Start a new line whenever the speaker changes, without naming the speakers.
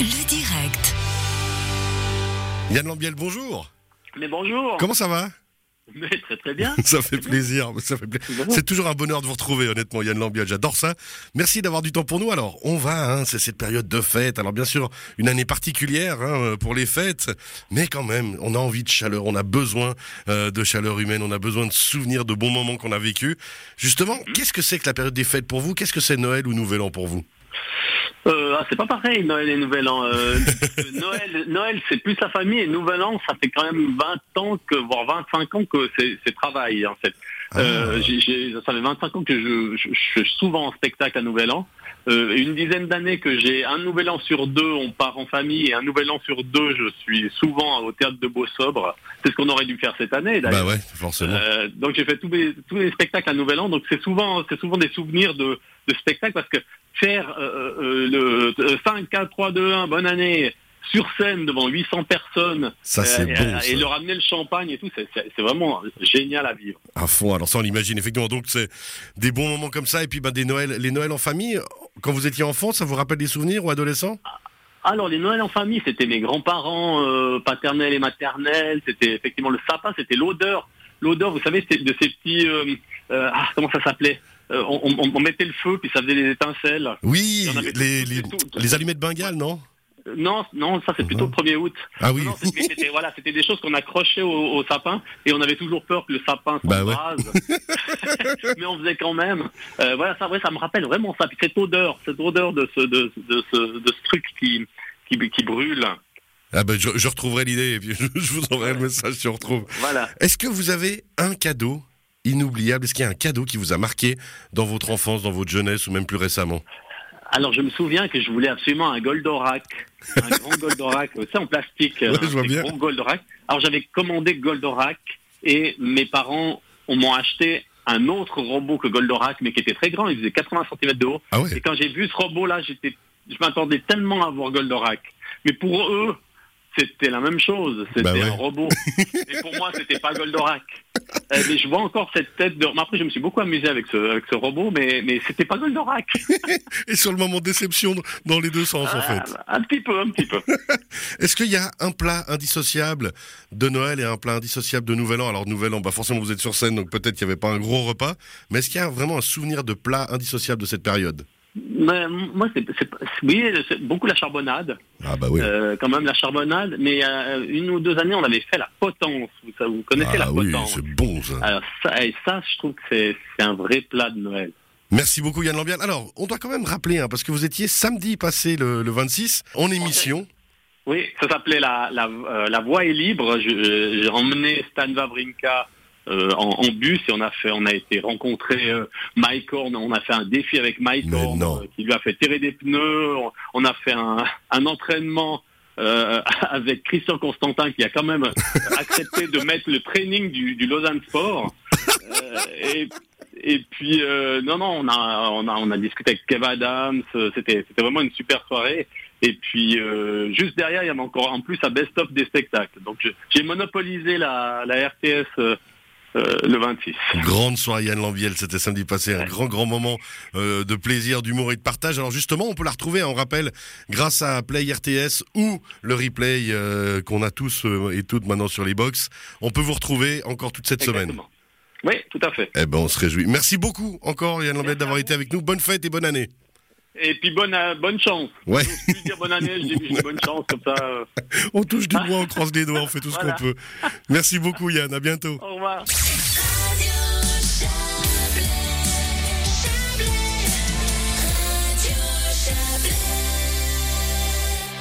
Le direct.
Yann Lambiel, bonjour.
Mais bonjour
Comment ça va
Mais très très bien
Ça fait plaisir. ça fait pla-
Bonjour.
C'est toujours un bonheur de vous retrouver, honnêtement, Yann Lambiel. J'adore ça. Merci d'avoir du temps pour nous. Alors, on va, hein, c'est cette période de fête. Alors, bien sûr, une année particulière hein, pour les fêtes, mais quand même, on a envie de chaleur. On a besoin euh, de chaleur humaine. On a besoin de souvenirs de bons moments qu'on a vécus. Justement,
Mhm.
qu'est-ce que c'est que la période des fêtes pour vous Qu'est-ce que c'est Noël ou Nouvel An pour vous
euh, ah, C'est pas pareil Noël et Nouvel An. Euh, Noël, Noël c'est plus la famille et Nouvel An ça fait quand même 20 ans, que, voire 25 ans que c'est c'est travail en fait.
Ah.
Euh, j'ai- j'ai- ça fait 25 ans que je, je, je suis souvent en spectacle à Nouvel An. Euh, et une dizaine d'années que j'ai un Nouvel An sur deux, on part en famille, et un Nouvel An sur deux, je suis souvent au théâtre de Beau-Sobre. C'est ce qu'on aurait dû faire cette année d'ailleurs.
Bah ouais, forcément.
Euh, donc j'ai fait tous mes, tous mes spectacles à Nouvel An, donc c'est souvent, c'est souvent des souvenirs de, de spectacles parce que faire euh, euh, le euh, 5, 4, 3, 2, 1, bonne année sur scène devant 800 personnes
ça,
euh,
Ah, c'est
et,
bon.
et
ça.
leur amener le champagne et tout, c'est- c'est c'est vraiment génial à vivre.
À fond, alors ça on l'imagine effectivement. Donc c'est des bons moments comme ça et puis ben, des Noëls, les Noëls en famille. Quand vous étiez enfant, ça vous rappelle des souvenirs ou adolescent
Alors les Noëls en famille, c'était mes grands-parents euh, paternels et maternels, c'était effectivement le sapin, c'était l'odeur, l'odeur, vous savez, c'était de ces petits, euh, euh, ah, comment ça s'appelait Euh, on, on- on mettait le feu puis ça faisait des étincelles.
Oui,
Il y en avait
les,
tout,
les,
tout, tout.
les allumettes bengales, non
Euh, Non, non, ça c'est plutôt le 1er août.
Ah oui.
Non, c'était c'était- voilà, c'était des choses qu'on accrochait au, au sapin et on avait toujours peur que le sapin
Bah ouais.
s'embrase. Mais on faisait quand même. Euh, voilà, ça, ouais, ça me rappelle vraiment ça. Puis cette odeur, cette odeur de ce, de, de ce, de ce truc qui, qui, qui brûle.
Ah ben je, je retrouverai l'idée et puis je, je vous enverrai le message si on retrouve.
Voilà.
Est-ce que vous avez un cadeau inoubliable Est-ce qu'il y a un cadeau qui vous a marqué dans votre enfance, dans votre jeunesse ou même plus récemment
Alors je me souviens que je voulais absolument un Goldorak, un grand Goldorak, euh, c'est en plastique, euh,
Ouais, je vois
un
bien.
gros Goldorak. Alors j'avais commandé Goldorak et mes parents on m'ont acheté un autre robot que Goldorak, mais qui était très grand, il faisait 80 cm de haut.
Ah
Et
ouais
quand j'ai vu ce robot-là, j'étais, je m'attendais tellement à voir Goldorak. Mais pour eux, c'était la même chose. C'était
Bah ouais.
un robot. Et pour moi, c'était pas Goldorak. Euh, mais je vois encore cette tête de. mais Après, je me suis beaucoup amusé avec ce, avec ce robot, mais, mais c'était pas Goldorak.
Et sur le moment de déception dans les deux sens en fait.
Ah, un petit peu, un petit peu.
Est-ce qu'il y a un plat indissociable de Noël et un plat indissociable de Nouvel An Alors Nouvel An, bah forcément vous êtes sur scène, donc peut-être qu'il n'y avait pas un gros repas, mais est-ce qu'il y a vraiment un souvenir de plat indissociable de cette période
Mais, moi, c'est, c'est- oui, c'est beaucoup la charbonnade.
Ah bah oui.
Euh, quand même la charbonnade. Mais euh, une ou deux années, on avait fait la potence. Vous, ça, vous connaissez la
ah oui,
potence.
c'est bon ça.
Alors ça, et ça, je trouve que c'est, c'est un vrai plat de Noël.
Merci beaucoup Yann Lambiel. Alors, on doit quand même rappeler, hein, parce que vous étiez samedi passé le, le 26 en émission.
Oui, ça s'appelait la, la, euh, la voie est libre. Je- je- J'ai emmené Stan Wawrinka euh, en, en bus et on a fait, on a été rencontrer euh, Mike Horn. On a fait un défi avec Mike
Mais
Horn
non.
euh, qui lui a fait tirer des pneus. On, on a fait un, un entraînement euh, avec Christian Constantin qui a quand même euh, accepté de mettre le training du, du Lausanne Sport. Euh, et, et puis euh, non non, on a, on a on a discuté avec Kev Adams. euh, C'était c'était vraiment une super soirée. Et puis euh, juste derrière, il y avait encore en plus un best-of des spectacles. Donc je- j'ai monopolisé la, la RTS euh, euh, le 26.
Grande soirée Yann Lambiel, c'était samedi passé, un
Ouais.
grand grand moment euh, de plaisir, d'humour et de partage. Alors justement, on peut la retrouver, hein, on rappelle, grâce à Play RTS ou le replay euh, qu'on a tous euh, et toutes maintenant sur les box. On peut vous retrouver encore toute cette semaine.
Exactement. Oui, tout à fait.
Eh ben, on se réjouit. Merci beaucoup encore Yann Lambiel
Merci à
d'avoir
vous.
été avec nous. Bonne fête et bonne année.
Et puis bonne euh, bonne chance.
Ouais.
Je peux dire bonne année, je dis, je dis bonne chance comme ça. euh.
On touche du bois, on croise les doigts, on fait tout ce
Voilà.
qu'on peut. Merci beaucoup Yann, à bientôt.
Au revoir.